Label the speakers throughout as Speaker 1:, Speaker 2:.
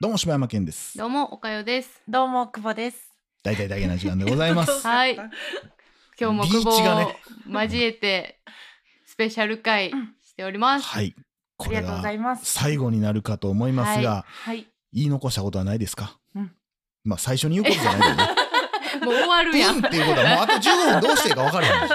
Speaker 1: どうも柴山健です。
Speaker 2: どうも、おかよです。
Speaker 3: どうも久保です。
Speaker 1: 大体だけな時間でござい ます。
Speaker 2: はい今日も久
Speaker 1: リーチが
Speaker 2: 保を
Speaker 1: ね
Speaker 2: 交 えて、スペシャル会しております。
Speaker 1: はい。
Speaker 3: あ
Speaker 1: こ
Speaker 3: り
Speaker 1: れ
Speaker 3: がとうござ
Speaker 1: が
Speaker 3: います。
Speaker 1: 最後になるかと思いますが、
Speaker 3: はい。
Speaker 1: 言い残したことはないですか、
Speaker 3: うん
Speaker 1: まあ最初に言うことじゃないけ どね。
Speaker 2: もう終わる
Speaker 1: ピ
Speaker 2: や
Speaker 1: ン
Speaker 2: ん
Speaker 1: っ。ていうことはもうあと15分どうしていいか分から へんし。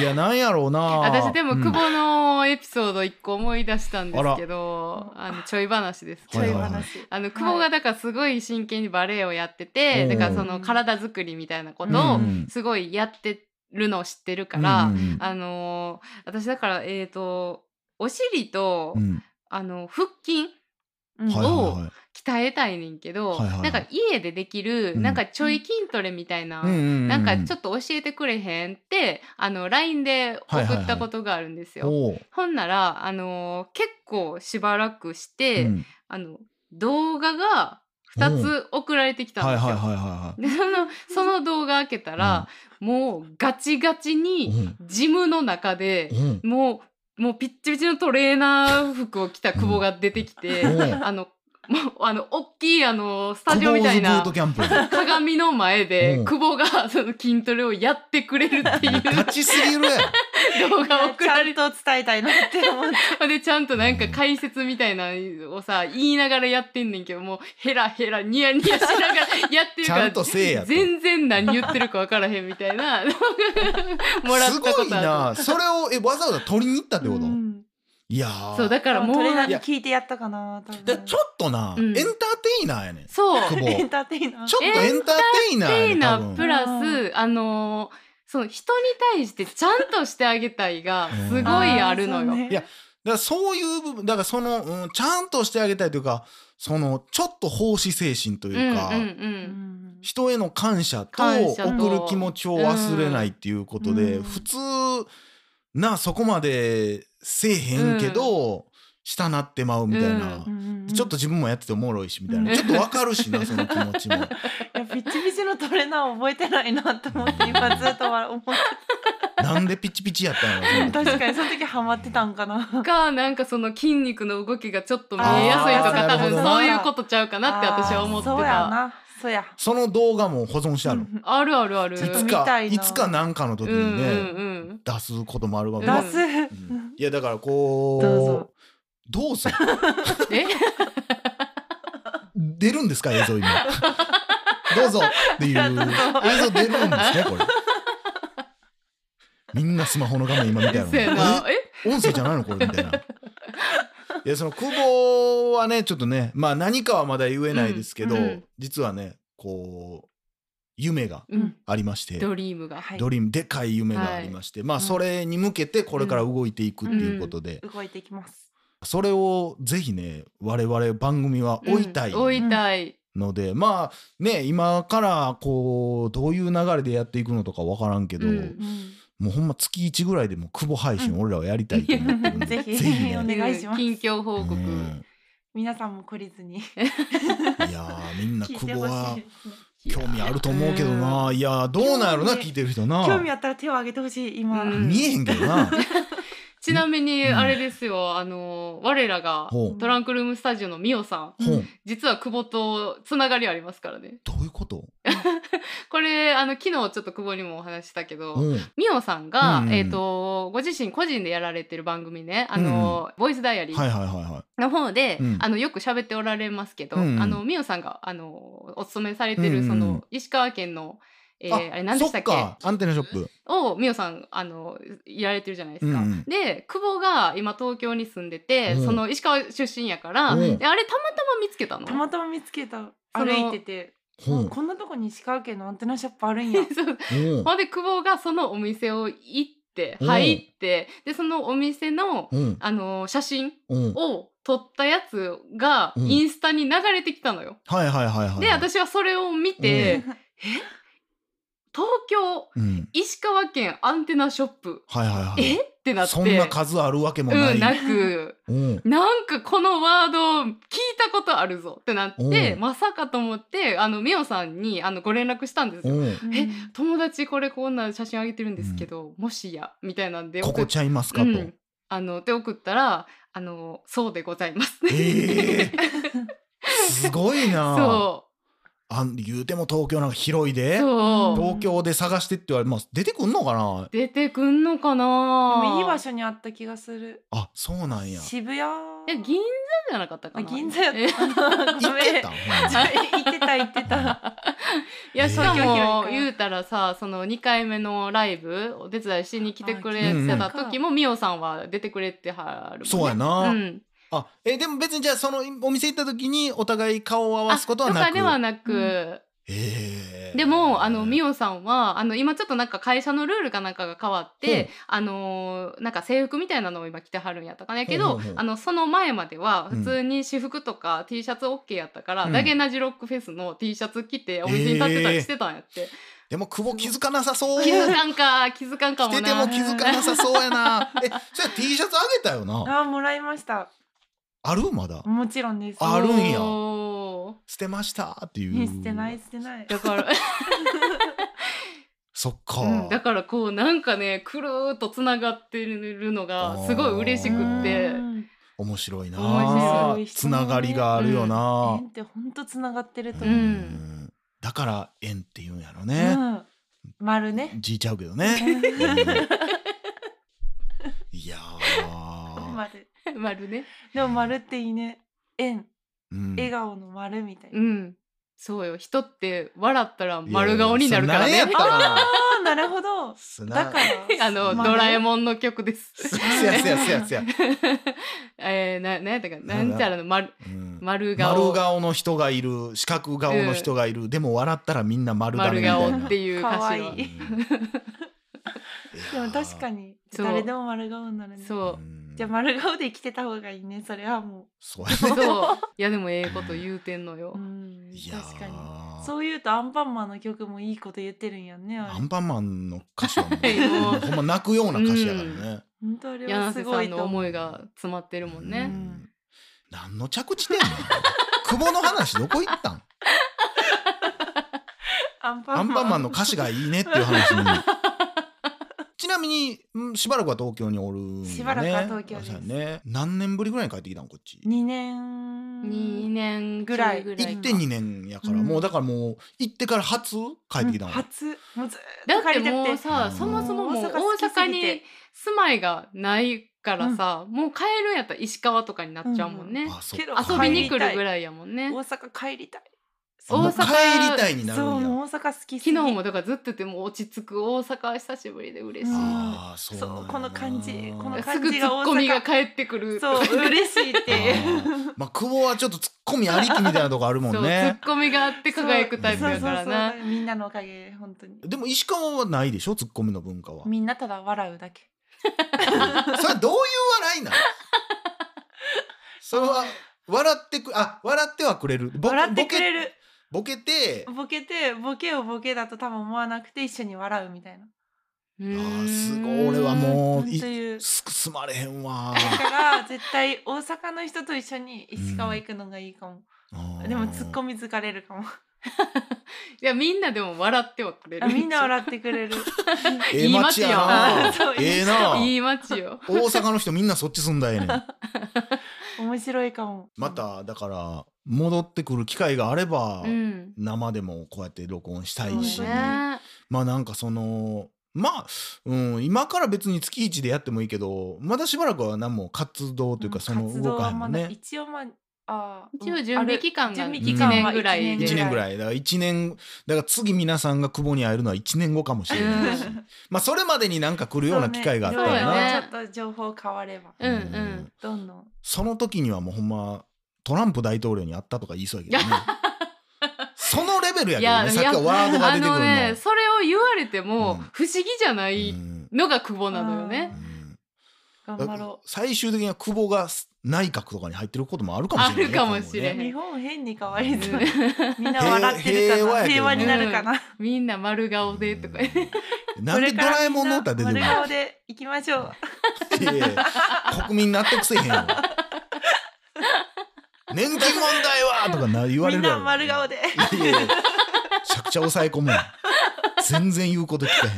Speaker 1: いや、なんやろうな。
Speaker 2: 私でも
Speaker 1: うん
Speaker 2: 久保のエピソード一個思い出したんですけど、
Speaker 3: あら
Speaker 2: あのちょい話です。
Speaker 3: ちょ
Speaker 1: はい
Speaker 3: い
Speaker 1: はいはい
Speaker 3: 話。
Speaker 2: あの久保がだからすごい真剣にバレエをやってて、
Speaker 1: おー
Speaker 2: だからその体作りみたいなこと
Speaker 1: う
Speaker 2: を
Speaker 1: ん
Speaker 2: すごいやってるのを知ってるから、
Speaker 1: うんうん
Speaker 2: あのー私だからえっ、とお尻と、
Speaker 1: うん
Speaker 2: あの腹筋
Speaker 3: うん
Speaker 1: はいはいはい
Speaker 2: 鍛えたいねんけど、
Speaker 1: はいはいはい
Speaker 2: なんか家でできる、
Speaker 1: うん
Speaker 2: なんかちょい筋トレみたいな、
Speaker 1: うんうんうん。
Speaker 2: なんかちょ
Speaker 1: っ
Speaker 2: っと教えてくれへんってあの LINE で送ったことがあるんですよ。
Speaker 1: おう
Speaker 2: ほんなら、あのー結構しばらくして、
Speaker 1: うん
Speaker 2: あの動画が2つ送られてきたん
Speaker 1: はい
Speaker 2: です
Speaker 1: はい
Speaker 2: よ。
Speaker 1: はいは
Speaker 2: でそのその動画開けたら、もうガチガチ
Speaker 1: いはい。
Speaker 2: に
Speaker 1: うん
Speaker 2: ジムの中で、
Speaker 1: うん
Speaker 2: もうもうピッチピチのトレーナー服を着た久保が出てきて、
Speaker 1: おう
Speaker 2: あの、もう、あの、大きい、あの、スタジオみたいな
Speaker 1: 久保、ズブートキャンプ。
Speaker 2: 鏡の前
Speaker 1: うん
Speaker 2: で、久保が、その筋トレをやってくれる っ ていう
Speaker 1: ガチすぎるやろ。
Speaker 2: 動
Speaker 3: いや
Speaker 2: 画を送
Speaker 3: ちゃ
Speaker 2: ら
Speaker 3: ん
Speaker 2: れ
Speaker 3: と伝えたいなって思 って。
Speaker 2: て、で、ちゃんとなんか解説みたいなのをさ、言いながらやってんねんけど、もう、ヘラヘラ、ニヤニヤし ながらやってる
Speaker 1: ち
Speaker 2: か
Speaker 1: ゃん
Speaker 2: ら、
Speaker 1: とせえやと。
Speaker 2: 全然何言ってるか分からへんみたいな、動画もらった
Speaker 1: すご
Speaker 2: こ
Speaker 1: い
Speaker 2: とある。
Speaker 1: なそれをえわざわざ取りに行ったってこと、
Speaker 3: うん
Speaker 1: いやー
Speaker 2: そう、だからもう
Speaker 3: ト、レーナー
Speaker 1: い
Speaker 3: に
Speaker 1: や
Speaker 3: 聞いてやったかな。多分
Speaker 1: だちょっとな、
Speaker 2: うん
Speaker 1: エンターテイナーやねんち
Speaker 2: そう、
Speaker 1: 久保
Speaker 3: エンターテイナー。
Speaker 1: ょっとエンターテイナーや
Speaker 2: テ
Speaker 1: ね
Speaker 2: イ
Speaker 1: ん多
Speaker 2: ナ
Speaker 1: 分
Speaker 2: プラスあのーその人に対してちゃんとしてあげたいがすごいあるのよ。
Speaker 3: ー
Speaker 1: いや。だからそういう部分だからその、うん、ちゃんとしてあげたいというかそのちょっと奉仕精神と
Speaker 2: うん
Speaker 1: いうか、
Speaker 2: うんう
Speaker 3: そうんね
Speaker 1: 人への感謝と
Speaker 2: 感謝と
Speaker 1: 送る気持ちを忘れないっていうことで、
Speaker 3: うん
Speaker 1: 普通なそこまでせえへんけど、したなってまうみたいな、
Speaker 2: う
Speaker 3: うん
Speaker 1: ちょっと自分もやってておもろいしみたいな、
Speaker 2: うん
Speaker 1: ちょっとわかるしなその気持ちも。
Speaker 3: いやピッチピチのトレーナー覚えてないなと思って今ずっと笑 思って
Speaker 1: なんでピチピチやったの
Speaker 3: た 確かにその時ハマってたんかな
Speaker 2: かなんかその筋肉の動きがちょっと見えやすいと
Speaker 1: あ
Speaker 2: か
Speaker 1: ー
Speaker 2: 多
Speaker 1: なるほ
Speaker 2: 分
Speaker 1: どな
Speaker 2: そういうことちゃうかなって私は思って
Speaker 3: あーそうや
Speaker 2: た。
Speaker 3: なそうや
Speaker 1: その動画も保存してある、
Speaker 3: うん
Speaker 2: あるあるある。
Speaker 1: いつ
Speaker 3: 見
Speaker 1: か
Speaker 3: たい
Speaker 1: い
Speaker 3: な
Speaker 1: つかなんかの時
Speaker 2: うんう
Speaker 1: に
Speaker 2: ん
Speaker 1: ね、
Speaker 2: うん。
Speaker 1: 出すこともあるわけ、
Speaker 2: う
Speaker 1: うん
Speaker 3: 出す、
Speaker 1: んいやだからこう
Speaker 3: どうぞ
Speaker 1: どうぞ
Speaker 2: え
Speaker 1: 出るんですか映像今 どうぞっていう映像出るんですねこれみんなスマホの画面今見たやろ
Speaker 2: そうやな。え
Speaker 1: え音声じゃないのこれみたいないやその久保はねちょっとねまあ何かはまだ言えないですけど、
Speaker 2: うんうん
Speaker 1: 実はねこう夢が
Speaker 2: うん
Speaker 1: ありまして
Speaker 2: ドリームが。
Speaker 3: はい
Speaker 1: ドリームでかい夢がありまして、まあそれに向けてこれから動いていくっていうことで、
Speaker 3: 動いていきます
Speaker 1: それをぜひね我々番組は追いたい
Speaker 2: うん追いたい。
Speaker 1: ので、まあね今からこうどういう流れでやっていくのとか分からんけど、
Speaker 2: うん
Speaker 1: もうほんま月1ぐらいでも久保配信俺らはやりたいと思ってるんで、
Speaker 3: ぜひ
Speaker 1: ね
Speaker 3: お。願いします
Speaker 2: うん近況報告。
Speaker 1: うん
Speaker 3: 皆さんも懲りずに
Speaker 1: いやーみんな
Speaker 3: 聞いて
Speaker 1: 久保
Speaker 3: ほ
Speaker 1: は
Speaker 3: しいですね
Speaker 1: 興味あると思うけどな、いやーどうなんやろな
Speaker 3: 興味
Speaker 1: 聞いてる人な
Speaker 3: 興味あったら手を挙げてほしい今、
Speaker 2: うん
Speaker 1: 見えへんけど な
Speaker 2: ちなみに
Speaker 1: うん
Speaker 2: あれですよ、あの我らが
Speaker 1: ほう
Speaker 2: トランクルームスタジオのミオさん
Speaker 1: ほう
Speaker 2: 実は久保とつながりありますからね
Speaker 1: どういうこと
Speaker 2: これあの昨日ちょっと久保にもお話ししたけ
Speaker 1: う
Speaker 2: ど
Speaker 1: んうん
Speaker 2: ミオさんが、
Speaker 1: うんうん
Speaker 2: えー、とご自身個人でやられてる番組ねあの、ボイスダイアリ
Speaker 1: はいはい
Speaker 2: ー
Speaker 1: はいは
Speaker 2: の方で、
Speaker 1: うん
Speaker 2: あのよく喋っておられますけど、
Speaker 1: うんうん
Speaker 2: あのミオさんがあのお勤めされて
Speaker 1: うんう
Speaker 2: る
Speaker 1: ん
Speaker 2: その石川県の、え
Speaker 1: い
Speaker 2: ーあれ何でしたっけ
Speaker 1: そかアンテナショップ
Speaker 2: をみおさんあのやられてるじゃないですか。
Speaker 1: うんうん
Speaker 2: で久保が今東京に住んでて、
Speaker 1: うん
Speaker 2: その石川出身やから、
Speaker 1: うん
Speaker 2: であれたまたま見つけたの。
Speaker 3: たまたま見つけた
Speaker 2: その
Speaker 3: 歩いてて
Speaker 1: ほう
Speaker 3: こんなとこに石川県のアンテナショップあるんや
Speaker 2: そう
Speaker 1: ほう
Speaker 2: ほんで久保がそのお店を行って
Speaker 1: うん
Speaker 2: 入って、でそのお店の、
Speaker 1: うん
Speaker 2: あの写真
Speaker 1: うん
Speaker 2: を撮ったやつが
Speaker 1: うん
Speaker 2: インスタに流れてきたのよ。
Speaker 1: はいはいはいはい。
Speaker 2: で、私はそれを見て、東京
Speaker 1: うん、
Speaker 2: 石川県アンテナショップ、
Speaker 1: はいはいはい。
Speaker 2: えってなって
Speaker 1: そんな数あるわけもない。
Speaker 2: うん、なく。
Speaker 1: うん
Speaker 2: なんかこのワード聞いたことあるぞってなっ
Speaker 1: う
Speaker 2: て
Speaker 1: ん
Speaker 2: まさかと思ってあのミオさんにあのご連絡したんですよ。
Speaker 1: うん
Speaker 3: うん
Speaker 2: え友達これこんな写真あげてるんですけど、もしやみたいなんで
Speaker 1: ここ
Speaker 2: っ
Speaker 1: ちゃいますかと。
Speaker 2: うん、あので送ったらあのそうでございます。
Speaker 1: ええすごいな
Speaker 2: そ
Speaker 1: あん言うても東京なんか広いうで
Speaker 2: そう
Speaker 1: 東京で探してって言われます出てくんのかな
Speaker 2: 出てくんのか
Speaker 3: で
Speaker 2: な
Speaker 3: もいい場所にあった気がする
Speaker 1: あそうなんや
Speaker 3: 渋谷い
Speaker 2: いや銀座じゃなかったかな
Speaker 3: 銀座や
Speaker 2: え
Speaker 3: ったな
Speaker 1: 行
Speaker 3: ご
Speaker 1: っ
Speaker 3: めん
Speaker 1: てたんほんまに
Speaker 3: じゃあ行ってた行っ てた
Speaker 2: いや
Speaker 1: えー
Speaker 2: しかも
Speaker 3: 東京広いから
Speaker 2: 言うたらさその2回目のライブお手伝いしに来てくれてた時もみおさんは出てくれてはるもんね
Speaker 1: そうやな、
Speaker 2: うん、
Speaker 1: あえでも別にじゃあそのお店行った時にお互い顔を合わすことは
Speaker 2: あ
Speaker 1: な
Speaker 2: とか
Speaker 1: く
Speaker 2: ではなく、
Speaker 1: えー
Speaker 2: でもあのみ
Speaker 1: お
Speaker 2: おさんはあの今ちょっとなんか会社のルールかなんかが変わって、
Speaker 1: ほう
Speaker 2: あのーなんか制服みたいなのを今着てはるんやったかねけど
Speaker 1: ほうほうほう
Speaker 2: あのその前までは普通に私服とか T シャツ OK やったから、
Speaker 1: うん
Speaker 2: ダゲナジロックフェスの T シャツ着てお店に立ってたりしてたんやって、
Speaker 1: でも久保気づかなさそう
Speaker 2: 気づ
Speaker 1: 着
Speaker 2: かんか気づかんかもな
Speaker 1: てても気づかなさそうやなえそれ T シャツあげたよな
Speaker 3: あもらいました
Speaker 1: あるまだ
Speaker 3: もちろんです
Speaker 1: あるんや
Speaker 2: お
Speaker 1: 捨てましたってい
Speaker 3: ね
Speaker 1: う
Speaker 3: 捨てない捨てない
Speaker 2: ーだから
Speaker 1: そっか、
Speaker 2: うんだからこうなんかねくるーっとつながってるのがすごい嬉し
Speaker 1: ら
Speaker 2: くって
Speaker 3: うん
Speaker 1: 面白いな
Speaker 2: 面白
Speaker 3: い
Speaker 1: つながりがあるよな、
Speaker 3: 縁って本当つながってると
Speaker 1: う
Speaker 2: うんん
Speaker 3: 思う、
Speaker 1: だから縁っていうんやろ
Speaker 3: う
Speaker 1: ね、
Speaker 3: ん丸ね
Speaker 1: じいちゃうけどね、うんいやー、
Speaker 3: 丸
Speaker 2: 丸ね
Speaker 3: でも丸っていいね縁
Speaker 1: うん
Speaker 3: 笑顔の丸みたいな、
Speaker 2: うんそうよ人って笑ったら丸顔になるから
Speaker 1: いや
Speaker 2: ね
Speaker 1: いやそんなんやったかな
Speaker 3: ああなるほど
Speaker 1: すな
Speaker 3: だから
Speaker 2: あの、
Speaker 3: ま
Speaker 2: ドラえもんの曲です。
Speaker 1: せやせやせやせや、
Speaker 2: えー、な、なんやったか、なんちゃらの丸、
Speaker 1: うん
Speaker 2: 丸顔。
Speaker 1: 丸顔の人がいる四角顔の人がいる、でも笑ったらみんな丸だね
Speaker 2: 丸
Speaker 1: みたいな
Speaker 2: 顔っていう歌詞
Speaker 3: 可
Speaker 2: は。
Speaker 3: 愛いでも確か
Speaker 1: に
Speaker 3: に
Speaker 2: そう
Speaker 3: 誰でも丸顔になるね
Speaker 2: そう。
Speaker 3: じゃあ丸顔で生きてた方がいいねそれはも
Speaker 1: そうやね
Speaker 2: そう。いや、でも、ええこと言うてんのよ
Speaker 3: う、う。ん、
Speaker 1: いやー
Speaker 3: 確かにそういうとアンパンマンの曲もいいこと言ってるんやんねあれ
Speaker 1: アンパンマンの歌詞はも
Speaker 2: も
Speaker 1: う
Speaker 2: う
Speaker 1: ほんま泣くような歌詞やからね、
Speaker 3: 本当あれは
Speaker 2: 柳
Speaker 3: す
Speaker 2: 瀬
Speaker 3: ご
Speaker 2: さ
Speaker 3: い
Speaker 2: ん
Speaker 3: と
Speaker 2: の
Speaker 3: 思う
Speaker 2: 思いが詰まってるもん
Speaker 1: う
Speaker 2: ね。
Speaker 1: ん何の着地点 なの久保の話どこ行ったん
Speaker 3: アン
Speaker 1: ア
Speaker 3: パン
Speaker 1: ン
Speaker 3: マ
Speaker 1: パ
Speaker 3: ン
Speaker 1: ンマンの歌詞がいいねっていう話 にちなみにんしばらくは東京におるんよね
Speaker 3: しばらくは東京です
Speaker 1: そうやね何年ぶりぐらいに帰ってきたんこっち
Speaker 3: 2年
Speaker 2: 二年
Speaker 3: ぐらい
Speaker 2: ちょぐらいか。
Speaker 1: 1.2年やから、
Speaker 3: うん
Speaker 1: もうだからもう行ってから初帰ってきた
Speaker 3: うん
Speaker 1: の、
Speaker 3: 初もうずーっと
Speaker 2: だっ
Speaker 3: 帰
Speaker 2: て
Speaker 3: りた
Speaker 2: もう
Speaker 3: くて
Speaker 2: さ、
Speaker 1: うん
Speaker 2: そもそももう
Speaker 3: 大
Speaker 2: 大
Speaker 3: 阪好きす
Speaker 2: 阪
Speaker 3: ぎて
Speaker 2: に住まいがないからさ、もう帰るんやったら石川とかになっちゃうもんね。
Speaker 1: あそっ
Speaker 3: けど
Speaker 1: か
Speaker 2: 遊びに来るぐ
Speaker 1: い
Speaker 2: らいやもんね。
Speaker 3: 大阪帰りたい
Speaker 1: あもう
Speaker 2: 大
Speaker 1: 帰り
Speaker 2: 阪
Speaker 1: たいになる
Speaker 3: そうん
Speaker 1: や
Speaker 3: もう大阪好きす
Speaker 2: 昨
Speaker 3: ぎ
Speaker 2: 日もだからずっと言ってもう落ち着く大阪久しぶりで嬉しい、
Speaker 3: うん
Speaker 1: あーそう
Speaker 3: そ
Speaker 1: なんや
Speaker 3: う
Speaker 1: な
Speaker 3: この感じこの
Speaker 2: す
Speaker 3: 感
Speaker 2: ぐ
Speaker 3: じ
Speaker 2: ツ
Speaker 3: が大
Speaker 2: ッ
Speaker 3: 阪
Speaker 2: コミが帰ってくる
Speaker 3: そう嬉しいっ
Speaker 1: あ
Speaker 3: て
Speaker 1: ーまあ久保はちょっとツッコミありきみたいなとこあるもん
Speaker 2: そうツ
Speaker 1: ね
Speaker 2: ッコミがあって輝くタイプやからな
Speaker 3: そうそうそうみんなのおかげ本当に
Speaker 1: でも石川はないでしょツッコミの文化は
Speaker 3: みんなただ笑うだけ
Speaker 1: それはどういう笑いなのそれは笑ってくあ笑ってはくれるボ
Speaker 3: 笑ってくれる
Speaker 1: ボケボケて
Speaker 3: ボケてボケをボケだと多分思わなくて一緒に笑うみたいな
Speaker 2: あ
Speaker 1: あーすごい俺はもうい
Speaker 3: という
Speaker 1: すすまれへん わ
Speaker 3: だから絶対大阪の人と一緒に石川行くのがいいかも、でもツッコ
Speaker 1: ミ
Speaker 3: ミ疲れるかも
Speaker 2: いやみんなでも笑ってはくれ
Speaker 3: あ
Speaker 2: る
Speaker 3: みんな笑ってくれる
Speaker 1: ええ街やな
Speaker 3: 言いますよ
Speaker 1: ええない
Speaker 2: い街よ
Speaker 1: 大阪の人みんなそっち住んだらええね ん
Speaker 3: 面白いかも
Speaker 1: まただから戻ってくる機会があれば、
Speaker 2: うん
Speaker 1: 生でもこうやって録音したいし、
Speaker 2: そうね
Speaker 1: まあなんかそのまあ、うん、今から別に月一でやってもいいけどまだしばらくは何も活動というかその
Speaker 3: 活動
Speaker 1: 動かへ
Speaker 3: は
Speaker 1: んも
Speaker 3: ま
Speaker 1: ん
Speaker 3: だ
Speaker 1: ね。
Speaker 3: 一応まああー
Speaker 2: 一
Speaker 3: う
Speaker 2: 応準
Speaker 3: ん
Speaker 2: 備期間が
Speaker 3: あれ
Speaker 2: 1
Speaker 3: 準
Speaker 1: 期間
Speaker 3: 備
Speaker 2: 年
Speaker 1: は
Speaker 2: ぐらい
Speaker 3: 一
Speaker 1: 1年ぐ
Speaker 3: い
Speaker 1: らいだから1年だから次皆さんが久保に会えるのは1年後かもしれないし、
Speaker 2: う
Speaker 1: まあそれまでになんか来るような機会があった
Speaker 2: そう
Speaker 1: ら
Speaker 2: ね
Speaker 1: な
Speaker 2: そうや
Speaker 3: ちょっと情報変われば
Speaker 2: うんうん
Speaker 3: どんどん
Speaker 1: その時にはもうほんまトランプ大統領に会ったとか言いそうやけどねそのレベルやけどねさっきはワードが出てくるの
Speaker 2: あのねそれを言われても
Speaker 1: うん
Speaker 2: 不思議じゃな
Speaker 1: う
Speaker 2: い
Speaker 1: ん
Speaker 2: のが久保なのよね、
Speaker 1: うん
Speaker 3: 頑
Speaker 1: だ
Speaker 3: 張ろ
Speaker 1: 最終的には久保が内閣とかに入ってることもあるかもしれないね、
Speaker 2: あるかもしれへ
Speaker 3: うん日本変に変わりそう
Speaker 1: う
Speaker 3: みんな笑ってる
Speaker 1: 平
Speaker 3: か
Speaker 1: 和やけど
Speaker 3: な
Speaker 1: ね
Speaker 3: 平和になるかな、
Speaker 2: みんな丸
Speaker 1: 今後
Speaker 2: 顔
Speaker 1: ね
Speaker 2: でとか
Speaker 1: うんなんでドラえもんの歌出てくる
Speaker 3: 丸顔で行きましょう
Speaker 1: のいやいや国民納得せえへんよ年金問題はとかな言われ
Speaker 3: みん
Speaker 1: るやろ
Speaker 3: な丸顔
Speaker 1: い
Speaker 3: で
Speaker 1: やいやめちゃくちゃ抑え込むやん全然言うこと聞かへん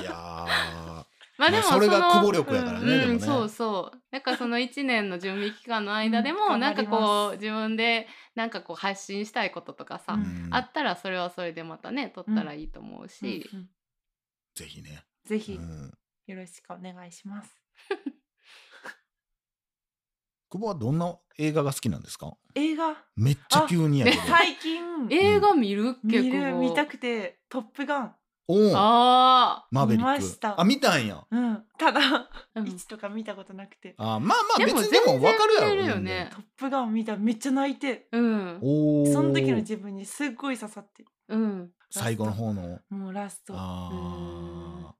Speaker 1: いやー
Speaker 2: ままあでも
Speaker 1: それが
Speaker 2: そ
Speaker 1: 久
Speaker 2: の
Speaker 1: 保力やからね、で
Speaker 2: う
Speaker 1: も
Speaker 2: ん、
Speaker 1: ね
Speaker 2: そうそうなんかその1年の準備期間の間で
Speaker 3: うん
Speaker 2: も
Speaker 3: 頑張
Speaker 2: なん
Speaker 3: り
Speaker 2: か
Speaker 3: ます
Speaker 2: こう自分でなんかこう発信したいこととかさ、
Speaker 3: うん
Speaker 2: あったらそれはそれでまたね撮ったらいいと思うし、
Speaker 3: うんうん
Speaker 1: ぜひね、
Speaker 3: ぜ
Speaker 1: う
Speaker 3: ひ
Speaker 1: ん、
Speaker 3: よろしくお願いします。
Speaker 1: 久保はどんな映画が好きなんですか
Speaker 3: 映画
Speaker 1: めっちゃ急にやけど
Speaker 3: 最近
Speaker 2: 映画見る結
Speaker 3: 見る
Speaker 2: 構
Speaker 3: 見たくて「トップガン
Speaker 1: おう
Speaker 2: あ
Speaker 1: マーベリ
Speaker 3: 見ま
Speaker 1: ッ
Speaker 3: し
Speaker 1: ク
Speaker 3: た
Speaker 1: あ見たんや」
Speaker 3: うん、ただ
Speaker 2: ーうん
Speaker 3: 1とか見たことなくて
Speaker 1: あまあまあ
Speaker 2: で
Speaker 1: 別
Speaker 2: も
Speaker 1: にでも分かるやろ
Speaker 2: 全然見れるよ
Speaker 1: 全
Speaker 2: ね
Speaker 1: 然
Speaker 3: 「トップガン」見ためっちゃ泣いて
Speaker 2: うん
Speaker 1: おお
Speaker 3: その時の自分にすっごい刺さって
Speaker 2: うん
Speaker 1: 最後の方の
Speaker 3: もうラストか
Speaker 1: ああ
Speaker 3: っ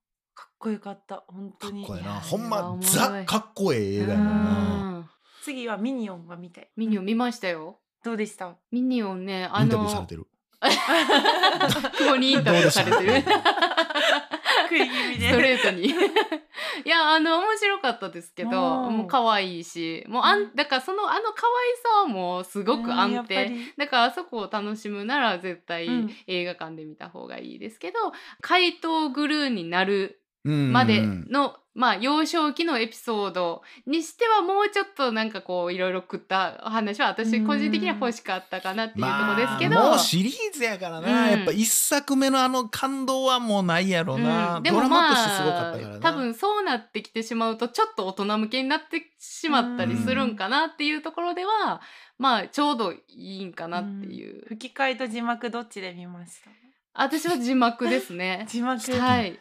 Speaker 3: こよかった本
Speaker 1: か
Speaker 3: 当
Speaker 1: っ
Speaker 3: に
Speaker 1: こええ
Speaker 2: い
Speaker 1: な
Speaker 2: や
Speaker 1: ほん
Speaker 2: あれは
Speaker 1: ま
Speaker 2: おもろい
Speaker 1: ザかっこええ映画やもんな
Speaker 2: うん
Speaker 3: 次はミニオンが見たい
Speaker 2: ミニオン見ましたよ
Speaker 3: どうでした
Speaker 2: ミニオンね
Speaker 1: イ
Speaker 2: あ
Speaker 1: ンタビューさ
Speaker 2: の
Speaker 1: れてる
Speaker 2: ここにインタビューされてる
Speaker 3: 食い気味
Speaker 2: スト
Speaker 3: で
Speaker 2: レートに いやあの面白かったですけど
Speaker 3: うん
Speaker 2: もう可愛いしもうあ
Speaker 3: うん
Speaker 2: だからそのあの可愛さもすごく
Speaker 3: うんや
Speaker 2: 安
Speaker 3: っぱ
Speaker 2: 定
Speaker 3: り
Speaker 2: だからあそこを楽しむなら絶対
Speaker 3: うん
Speaker 2: 映画館で見た方がいいですけど怪盗グルーになる
Speaker 1: うん
Speaker 2: までの、まあ幼少期のエピソードにしてはもうちょっとなんかこういろいろ食った話は私個人的には欲しかったかなっていうところですけど、
Speaker 1: まあ、もうシリーズやからな、
Speaker 2: うん
Speaker 1: やっぱ一作目のあの感動はもうないやろな、
Speaker 2: うん
Speaker 1: ドラマとしてすごかったからな、
Speaker 2: 多分そうなってきてしまうとちょっと大人向けになってしまったりするんかなっていうところでは、まあちょうどいいんかなっていう、
Speaker 3: うん吹き替えと字幕どっちで見ました
Speaker 2: 私は字幕です ね
Speaker 3: 字幕
Speaker 2: はい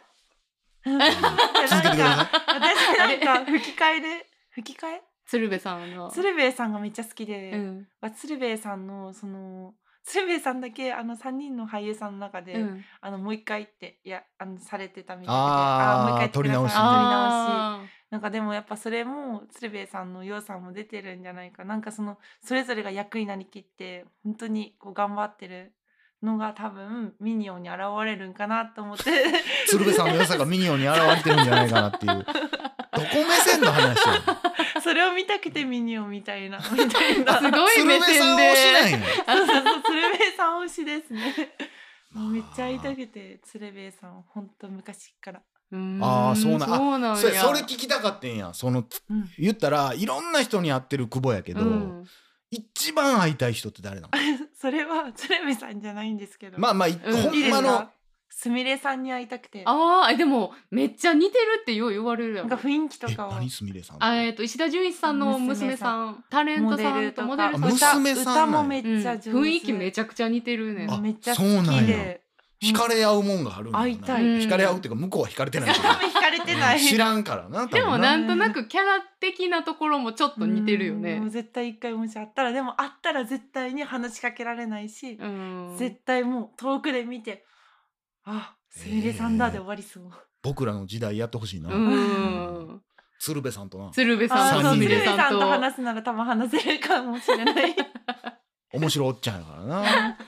Speaker 3: うんなん
Speaker 1: 続けてくださ
Speaker 3: か
Speaker 1: い
Speaker 3: 私なんか吹き替えで吹き替え
Speaker 2: 鶴瓶さんの
Speaker 3: 鶴瓶さんがめっちゃ好きで、
Speaker 2: うん
Speaker 3: は鶴瓶さんのその鶴瓶さんだけあの3人の俳優さんの中で、
Speaker 2: うん
Speaker 3: あのもう一回っていやあのされてたみたいで
Speaker 1: あー
Speaker 3: もう一回言って
Speaker 1: 撮
Speaker 3: ください
Speaker 1: り直し
Speaker 3: 撮り直し
Speaker 2: あ
Speaker 3: なんかでもやっぱそれも鶴瓶さんのようさんも出てるんじゃないかなんかそのそれぞれが役になりきって本当にこう頑張ってるのが多分ミニオンに現れるんかなと思って
Speaker 1: 鶴瓶さんの良さがミニオンに現れてるんじゃないかな っていうどこ目線の話や
Speaker 3: それを見たくてミニオンみたいな みたい
Speaker 2: ー
Speaker 3: な
Speaker 2: す
Speaker 3: い
Speaker 2: ごい
Speaker 1: 鶴
Speaker 2: 目
Speaker 1: 瓶さ
Speaker 2: 線
Speaker 1: ん
Speaker 2: で
Speaker 1: 推しなんや
Speaker 3: そうそうそう鶴瓶さん推しですね
Speaker 1: まあ
Speaker 3: もうめっちゃ会いたくて鶴瓶さん本当昔から、
Speaker 2: うん
Speaker 1: あーそうなんあ
Speaker 2: そうなん
Speaker 1: そ
Speaker 2: や
Speaker 1: れそれ聞きたかってんやその
Speaker 3: うん、
Speaker 1: 言ったらいろんな人に会ってる久保やけど、
Speaker 2: うん
Speaker 1: 一番会いたい人って誰なの
Speaker 3: それは鶴瓶さんじゃないんですけど
Speaker 1: まあまあ、
Speaker 2: ん
Speaker 1: ほ
Speaker 3: い
Speaker 1: ん
Speaker 3: いで
Speaker 1: ますの
Speaker 3: かすみれさんに会いたくてな
Speaker 2: あーでもめっちゃ似てるってよう言われるや
Speaker 3: んか
Speaker 2: ろ
Speaker 3: 雰囲気と
Speaker 1: え
Speaker 3: かを
Speaker 1: 何すみれさんって
Speaker 2: あえっと石田純一さんの娘さんタレントさんとモデ
Speaker 1: モデ
Speaker 2: ルさん
Speaker 1: ルとかあ娘さんな
Speaker 3: 歌
Speaker 1: んや
Speaker 3: もめっ
Speaker 2: うん
Speaker 3: ちゃ上手、
Speaker 2: 雰囲気めちゃくちゃ似てるね
Speaker 1: あ
Speaker 3: めっちゃ好
Speaker 1: そうなん
Speaker 3: き
Speaker 1: や
Speaker 3: で
Speaker 1: 惹かれ合うもんがあるんだな
Speaker 3: 会いたい
Speaker 1: 惹かれ合うっていうか向こうは惹かれてないけど
Speaker 3: あんま惹かれてない
Speaker 1: 知らんからな多分
Speaker 2: でも
Speaker 1: な
Speaker 2: なんとなくキャラ的なところもちょっと似てるよ
Speaker 3: うんもう
Speaker 2: ね
Speaker 3: 絶対一回もし会ったらでも会ったら絶対に話しかけられないし、
Speaker 2: うん
Speaker 3: 絶対もう遠くで見てあすみれさんだで終わりそう、
Speaker 1: 僕らの時代やってほしいな、
Speaker 2: うん
Speaker 1: 鶴瓶さんとな
Speaker 2: 鶴瓶
Speaker 3: あ
Speaker 2: さ
Speaker 3: ー
Speaker 2: ん
Speaker 3: そ
Speaker 2: と
Speaker 1: 三人
Speaker 2: す
Speaker 3: う鶴
Speaker 1: で
Speaker 2: れさ
Speaker 3: 瓶さ
Speaker 2: ん
Speaker 3: ん
Speaker 2: と
Speaker 3: と話すなら多分話せるかもしれない
Speaker 1: 面白おっちゃんやからな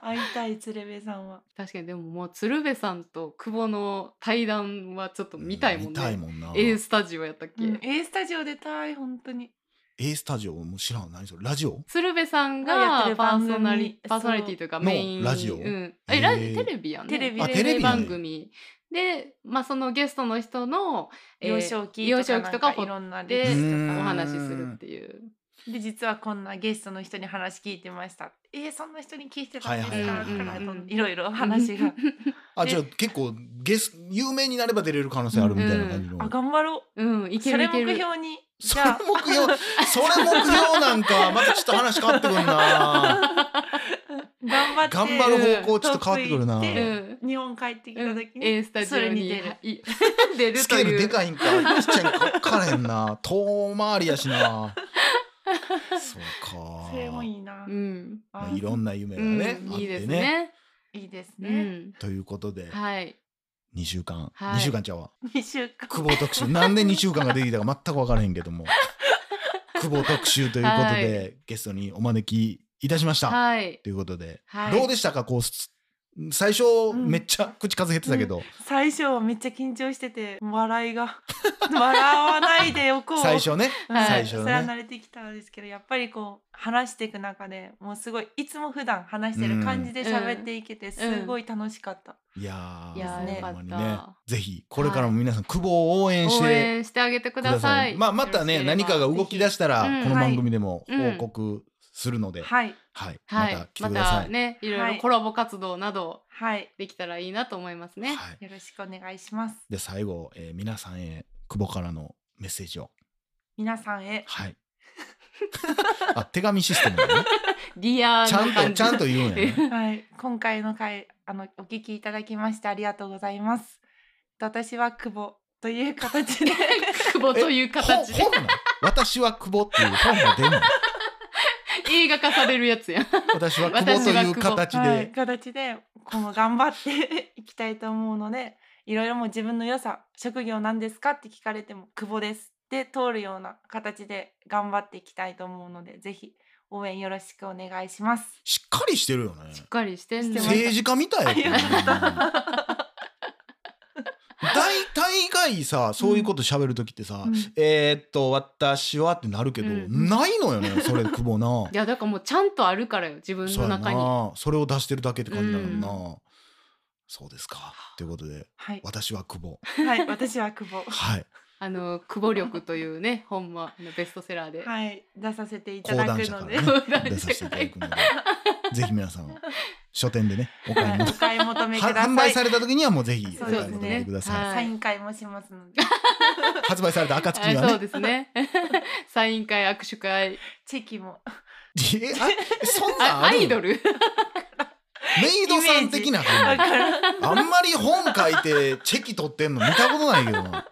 Speaker 3: 会いたい鶴瓶さんは
Speaker 2: 確かにでももう鶴瓶さんと久保の対談はちょっと 見たいもん
Speaker 1: 見たい
Speaker 2: ね
Speaker 1: もんな
Speaker 2: A スタジオやったっ
Speaker 3: うん
Speaker 2: け
Speaker 3: A スタジオ出たい本当に
Speaker 1: A スタジオもう知らん何それラジオ
Speaker 2: 鶴瓶さん
Speaker 3: がやっ
Speaker 2: が
Speaker 3: てる
Speaker 2: パー
Speaker 3: 番組
Speaker 2: ソナリ
Speaker 3: そう
Speaker 2: パーソナリティというか
Speaker 1: の
Speaker 2: メイン
Speaker 1: ラジオ
Speaker 2: うん、えラ
Speaker 1: へー
Speaker 2: テレビやね
Speaker 3: テレビ
Speaker 1: あテレビなんや
Speaker 2: 番組で、まあ、そのゲストの人の、えー
Speaker 3: 幼少期
Speaker 2: 幼少期と
Speaker 3: と
Speaker 2: か
Speaker 3: か
Speaker 2: を
Speaker 3: い
Speaker 2: 掘っ
Speaker 3: ろんな
Speaker 2: て
Speaker 3: 歴史と
Speaker 1: うん
Speaker 2: お
Speaker 3: か
Speaker 2: 話しするっていう
Speaker 3: で実はこんなゲストの人に話聞いてましたえー、そんな人に聞いてたんですか、
Speaker 1: はいはいはい
Speaker 3: とか
Speaker 2: うんうんうん
Speaker 3: いろいろ 話が
Speaker 1: あ
Speaker 3: え
Speaker 1: じゃあ結構ゲス有名になれば出れる可能性あるみたいな感じの、
Speaker 3: あ頑張ろう
Speaker 2: うんいける
Speaker 3: それ
Speaker 2: いけ
Speaker 3: 目
Speaker 2: る
Speaker 3: 標に
Speaker 1: そ
Speaker 3: じ
Speaker 1: れ
Speaker 3: ゃ
Speaker 1: 目標それ目標なんかまたちょっと話変わってくるな
Speaker 3: あ頑張って
Speaker 1: 頑張る方向ちょっと変わってくるな
Speaker 3: トップ行って
Speaker 2: うん
Speaker 3: 日本帰ってきた時
Speaker 2: うん
Speaker 3: に、
Speaker 2: A スタジ
Speaker 3: そ
Speaker 2: オ
Speaker 3: れに
Speaker 2: に
Speaker 3: 出
Speaker 2: は
Speaker 3: る
Speaker 2: い出る
Speaker 1: ス
Speaker 2: と
Speaker 1: ケール
Speaker 2: い
Speaker 1: で
Speaker 2: う
Speaker 1: かいんかちっちゃいんか分からへんな遠回りやしなそうか
Speaker 3: それもいいな、
Speaker 2: うん
Speaker 1: ま
Speaker 3: あ
Speaker 1: あ、いろんな夢
Speaker 2: う
Speaker 1: が
Speaker 2: ん
Speaker 1: ね、あってね
Speaker 2: いいですね
Speaker 3: いいです
Speaker 2: う
Speaker 3: ね、
Speaker 2: ん
Speaker 1: ということで、
Speaker 2: はい
Speaker 1: 二週間、
Speaker 2: はい
Speaker 1: 二週間ちゃうわ
Speaker 3: 二週間
Speaker 1: 久保特集なんで2週間ができたか全く分からへんけど も久保特集ということで、
Speaker 2: は
Speaker 1: ゲストにお招きいたしました。
Speaker 2: はい
Speaker 1: ということで、
Speaker 2: はい
Speaker 1: どうでしたかこうす最初
Speaker 3: ん
Speaker 1: めっちゃ口数減ってたけど、
Speaker 3: 最初はめっちゃ緊張してて笑いが 笑わないでおこう
Speaker 1: 最初ね、
Speaker 3: はい
Speaker 1: 最初
Speaker 3: それは
Speaker 1: ね
Speaker 3: 慣れてきたんですけどやっぱりこう話していく中でもうすごいいつも普段話してる感じで喋っていけてすごい楽しかった、
Speaker 1: いやー
Speaker 2: いや
Speaker 3: ー
Speaker 1: ほんまに
Speaker 2: よ
Speaker 1: ね
Speaker 2: か
Speaker 1: ぜひこれからも皆さん、久保を応援して
Speaker 2: 応援してあげてく
Speaker 1: く
Speaker 2: だ
Speaker 1: だ
Speaker 2: さ
Speaker 1: さ
Speaker 2: い
Speaker 1: い。まあ、またね何かが動き出
Speaker 2: し
Speaker 1: したら、
Speaker 2: うん
Speaker 1: この番組でも
Speaker 2: はい
Speaker 1: 報告するので、はい
Speaker 3: はい
Speaker 2: はい、
Speaker 1: また来て
Speaker 2: ま
Speaker 1: くださ
Speaker 2: た
Speaker 1: い。
Speaker 2: ねいろ
Speaker 3: はい
Speaker 2: ろコラボ活動など
Speaker 3: はい
Speaker 2: できたらいいなと思いますね。
Speaker 1: はい、
Speaker 3: よろしくお願いします
Speaker 1: で最後、えー皆さんへ久保からのメッセージを
Speaker 3: 皆さんへ
Speaker 1: はい あ手紙システムだね
Speaker 2: リア
Speaker 1: ちゃ
Speaker 2: なん
Speaker 1: と
Speaker 2: 感じ
Speaker 1: ちゃんと言うんやね
Speaker 3: はい、今回の回あのお聞きいただきましてありがとうございます。私は久保という形で
Speaker 2: 久保という 形で
Speaker 1: ほ本なん 私は久保っていう本が出るの
Speaker 2: 映画化されるやつやん。
Speaker 1: 私は久保という形で、
Speaker 3: はい、形でこの頑張って いきたいと思うので、いろいろもう自分の良さ、職業なんですかって聞かれても久保ですで通るような形で頑張っていきたいと思うので、ぜひ応援よろしくお願いします。
Speaker 1: しっかりしてるよね
Speaker 2: しっかりしてん
Speaker 3: して
Speaker 2: の。
Speaker 3: ます
Speaker 1: 政治家みたいよ、ね
Speaker 3: ありがとう、
Speaker 1: 大大概さそういうこと喋る時ってさ、
Speaker 3: うん
Speaker 1: えーっと私はってなるけど、
Speaker 2: うん
Speaker 1: ないのよねそれ久保ない
Speaker 2: やだからもうちゃんとあるからよ 自分
Speaker 1: そ
Speaker 2: の
Speaker 1: うや
Speaker 2: 中に。
Speaker 1: なそれを出してるだけって感じだもんな、
Speaker 3: う
Speaker 1: そうですかということで
Speaker 3: はい、
Speaker 1: 私は久保
Speaker 3: はい、私は久保。
Speaker 1: はい
Speaker 2: あの久保力というね 本もあのベストセラーで。
Speaker 3: はい、出させていた
Speaker 1: 講
Speaker 3: だく
Speaker 1: 談社か
Speaker 3: ので、
Speaker 1: らね
Speaker 2: 講談社から
Speaker 1: 出させていただくのでぜひ皆さん書店でねお買い
Speaker 3: はいお
Speaker 1: 物
Speaker 3: 買い求めください。
Speaker 1: 販売された時にはもうぜひお
Speaker 3: そう
Speaker 1: 買い
Speaker 3: ですね
Speaker 1: 求めください、
Speaker 2: はい
Speaker 3: サイン会もしますので、
Speaker 1: 発売された暁に
Speaker 2: あ
Speaker 1: はね
Speaker 2: そうですね。 サイン会握手会
Speaker 3: チェキも
Speaker 1: えあそんなん
Speaker 2: あ
Speaker 1: あ
Speaker 2: ア
Speaker 1: る
Speaker 2: イドル。
Speaker 1: メイドさん的な感じ
Speaker 3: だから
Speaker 1: あんまり本書いてチェキ取ってんの見たことないけどな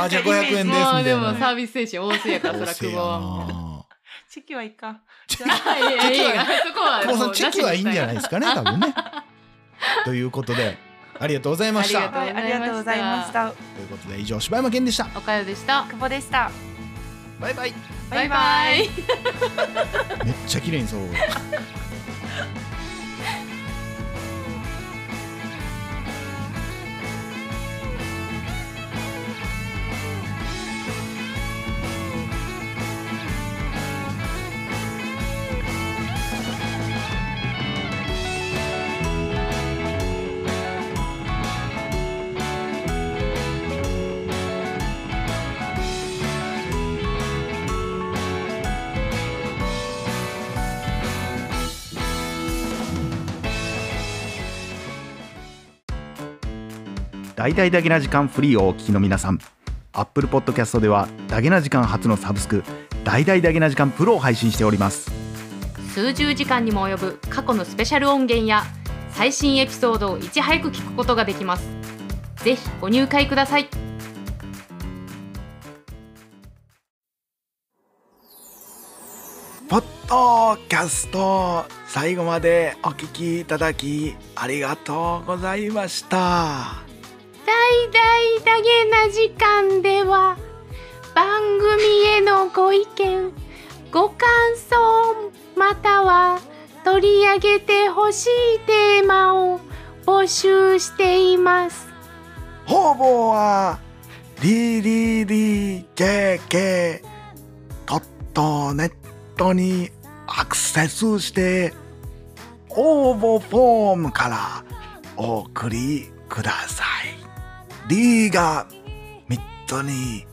Speaker 1: あじゃあ500円ですみ
Speaker 2: も
Speaker 1: た
Speaker 2: う
Speaker 1: い
Speaker 2: でも
Speaker 1: な
Speaker 2: サービス精神旺盛 やからそら久保はもう。
Speaker 1: も
Speaker 3: チェキはいいか。
Speaker 2: いやいやい やいやそこは
Speaker 1: 久保さんチェキはいいんじゃない
Speaker 2: い
Speaker 1: ですかね多分ねということでありがとうございまし
Speaker 2: あ
Speaker 1: た
Speaker 2: り
Speaker 1: と
Speaker 2: がと
Speaker 1: いうう
Speaker 3: はいありがとうございました。
Speaker 1: ことで以上柴山健でした
Speaker 2: おかよでした
Speaker 3: 久保でした。
Speaker 1: バイバイ
Speaker 2: バイバイ
Speaker 1: めっちゃ綺麗にそう大々だけな時間フリーをお聞きの皆さん Apple Podcast ではだけな時間初のサブスク大々だけな時間プロを配信しております
Speaker 2: 数十時間にも及ぶ過去のスペシャル音源や最新エピソードをいち早く聞くことができますぜひご入会ください
Speaker 4: ポッドキャスト最後までお聞きいただきありがとうございました。
Speaker 2: 大々だげな時間では番組へのご意見ご感想または取り上げてほしいテーマを募集しています
Speaker 4: 方々は DDDJK ドットネットにアクセスして応募フォームからお送りください D が3つに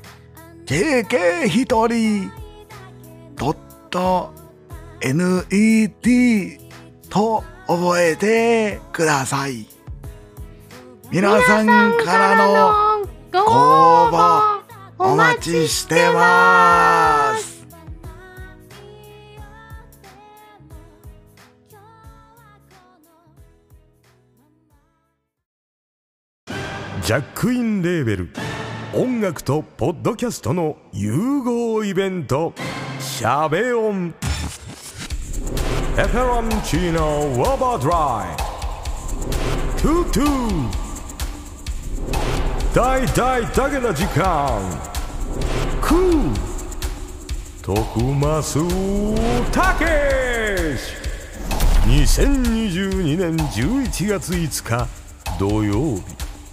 Speaker 4: JK1 人ドット NET と覚えてください皆さんからの
Speaker 2: ご
Speaker 4: ご応募
Speaker 2: お
Speaker 4: お
Speaker 2: 待
Speaker 4: 待
Speaker 2: ち
Speaker 4: ちしてます
Speaker 5: ジャックインレーベル音楽とポッドキャストの融合イベント「シャベオン」「エフェロンチーノウォーバードライ」「トゥトゥ」「大大だけな時間」「クー」「徳マスたけし」 2022年11月5日土曜日